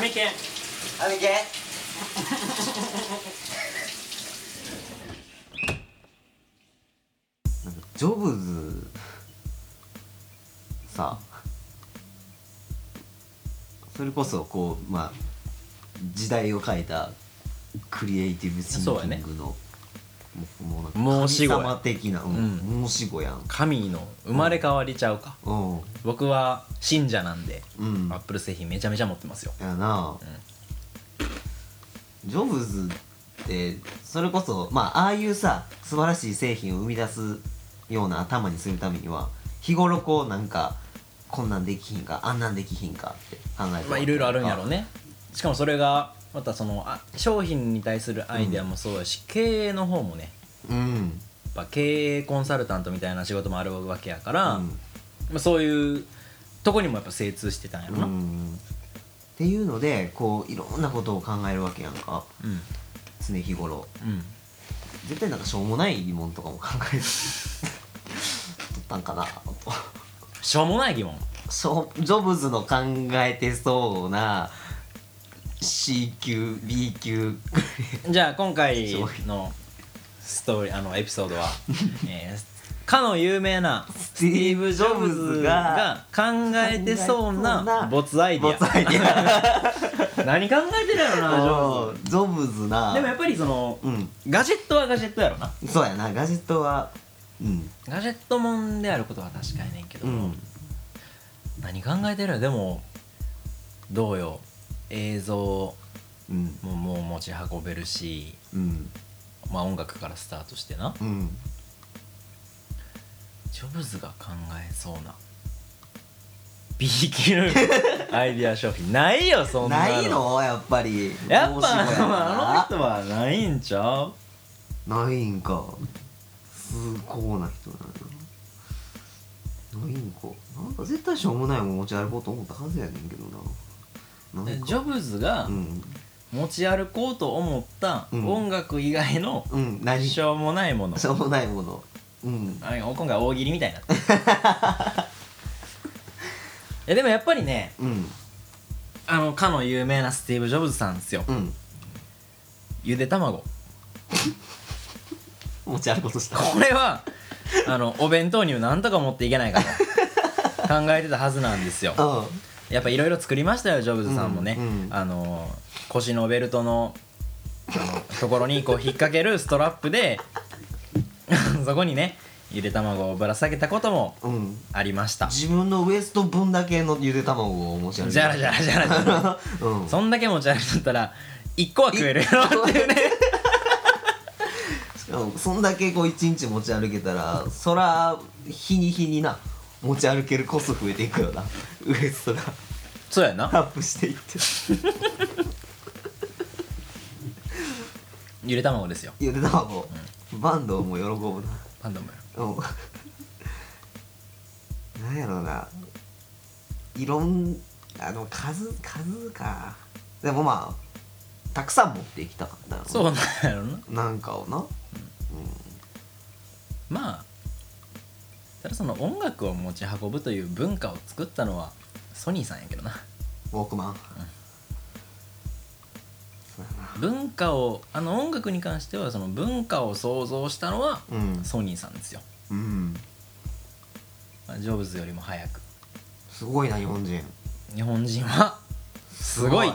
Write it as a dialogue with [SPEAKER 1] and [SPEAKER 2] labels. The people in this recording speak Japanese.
[SPEAKER 1] メ犬
[SPEAKER 2] あめけ
[SPEAKER 3] なんかジョブズさそれこそこうまあ時代を変えたクリエイティブシン
[SPEAKER 1] そうや
[SPEAKER 3] キ
[SPEAKER 1] ね
[SPEAKER 3] ングのもうもうなんか
[SPEAKER 1] 申し子
[SPEAKER 3] 神
[SPEAKER 1] や
[SPEAKER 3] 様的な、うん申し子やん
[SPEAKER 1] 神の生まれ変わりちゃうか、
[SPEAKER 3] うん
[SPEAKER 1] 僕は信者なんで、
[SPEAKER 3] うん
[SPEAKER 1] アップル製品めちゃめちゃ持ってますよ
[SPEAKER 3] やな、ジョブズってそれこそまあああいうさ素晴らしい製品を生み出すような頭にするためには日頃こうなんかこんなんできひんかあんなんできひんかって考えて
[SPEAKER 1] まあいろいろあるんやろうねしかもそれがまたそのあ商品に対するアイデアもそうやし、経営の方もね
[SPEAKER 3] うん
[SPEAKER 1] やっぱ経営コンサルタントみたいな仕事もあるわけやから、
[SPEAKER 3] うん
[SPEAKER 1] まあ、そういうとこにもやっぱ精通してたんやろ
[SPEAKER 3] う
[SPEAKER 1] な、
[SPEAKER 3] んっていうのでこういろんなことを考えるわけやんか
[SPEAKER 1] うん
[SPEAKER 3] 常日頃
[SPEAKER 1] うん
[SPEAKER 3] 絶対なんかしょうもない疑問とかも考えて とったんかなと。
[SPEAKER 1] しょうもない疑問
[SPEAKER 3] そうジョブズの考えてそうな C 級 B 級
[SPEAKER 1] じゃあ今回のストーリーあのエピソー ドは、えーかの有名なスティーブ・ジョブズが考えてそうな没アイデ
[SPEAKER 3] 没アイデ
[SPEAKER 1] ア 何考えてるやろなジョブ
[SPEAKER 3] ズジョブズな
[SPEAKER 1] ズでもやっぱりその、
[SPEAKER 3] うん
[SPEAKER 1] ガジェットはガジェットやろな
[SPEAKER 3] そうやなガジェットはうん
[SPEAKER 1] ガジェットもんであることは確かやねんけど、
[SPEAKER 3] うん
[SPEAKER 1] 何考えてるやろでもどうよ映像
[SPEAKER 3] うん
[SPEAKER 1] ももう持ち運べるし、
[SPEAKER 3] うん
[SPEAKER 1] まあ、音楽からスタートしてな
[SPEAKER 3] うん
[SPEAKER 1] ジョブズが考えそうな B 級アイディア商品ないよそんなの
[SPEAKER 3] ないのやっぱり
[SPEAKER 1] やっ
[SPEAKER 3] 申
[SPEAKER 1] ぱ
[SPEAKER 3] し子やな
[SPEAKER 1] あの人はないんちゃう
[SPEAKER 3] ないんか崇高な人なのないんかなんか絶対しょうもないもん持ち歩こうと思ったはずやねんけどなな
[SPEAKER 1] で
[SPEAKER 3] んか
[SPEAKER 1] ジョブズが
[SPEAKER 3] うん
[SPEAKER 1] 持ち歩こうと思った
[SPEAKER 3] うん
[SPEAKER 1] 音楽以外の
[SPEAKER 3] うん何
[SPEAKER 1] しょうもないもの、
[SPEAKER 3] しょうもないものうん
[SPEAKER 1] あ今回大喜利みたいにな ってるえでもやっぱりね
[SPEAKER 3] うん
[SPEAKER 1] あのかの有名なスティーブ・ジョブズさんですよ、
[SPEAKER 3] うん
[SPEAKER 1] ゆで卵
[SPEAKER 3] 持ち歩こうとした
[SPEAKER 1] これはあのお弁当になんとか持っていけないかと考えてたはずなんですよ
[SPEAKER 3] うん
[SPEAKER 1] やっぱいろいろ作りましたよジョブズさんもね、
[SPEAKER 3] うんうん
[SPEAKER 1] あの腰のベルトのあのところにこう引っ掛けるストラップで そこにねゆで卵をぶら下げたことも
[SPEAKER 3] うん
[SPEAKER 1] ありました
[SPEAKER 3] 自分のウエスト分だけのゆで卵を持ち歩いて
[SPEAKER 1] じゃらじゃらじゃらじゃら
[SPEAKER 3] うん
[SPEAKER 1] そんだけ持ち歩いとったら1個は食えるやろっていうね
[SPEAKER 3] しかもそんだけこう一日持ち歩けたらそら日に日にな持ち歩けるコスト増えていくよなウエストが
[SPEAKER 1] そうやな
[SPEAKER 3] アップしていって
[SPEAKER 1] ゆで卵ですよ
[SPEAKER 3] ゆで卵、バンドも喜ぶな
[SPEAKER 1] パンダもやろ
[SPEAKER 3] うん。なんやろうな。いろん、あの、数、数か。でもまあ、たくさん持っていきたかったよな
[SPEAKER 1] そうなんやろな
[SPEAKER 3] なんかをな。
[SPEAKER 1] まあただその音楽を持ち運ぶという文化を作ったのはソニーさんやけどな
[SPEAKER 3] ウォークマン。そうや
[SPEAKER 1] 文化をあの音楽に関してはその文化を創造したのは
[SPEAKER 3] な。うん。
[SPEAKER 1] ソニーさんですよ、
[SPEAKER 3] うん。
[SPEAKER 1] まあジョブズよりも早く
[SPEAKER 3] すごいな、日本人。
[SPEAKER 1] 日本人はすごい
[SPEAKER 3] す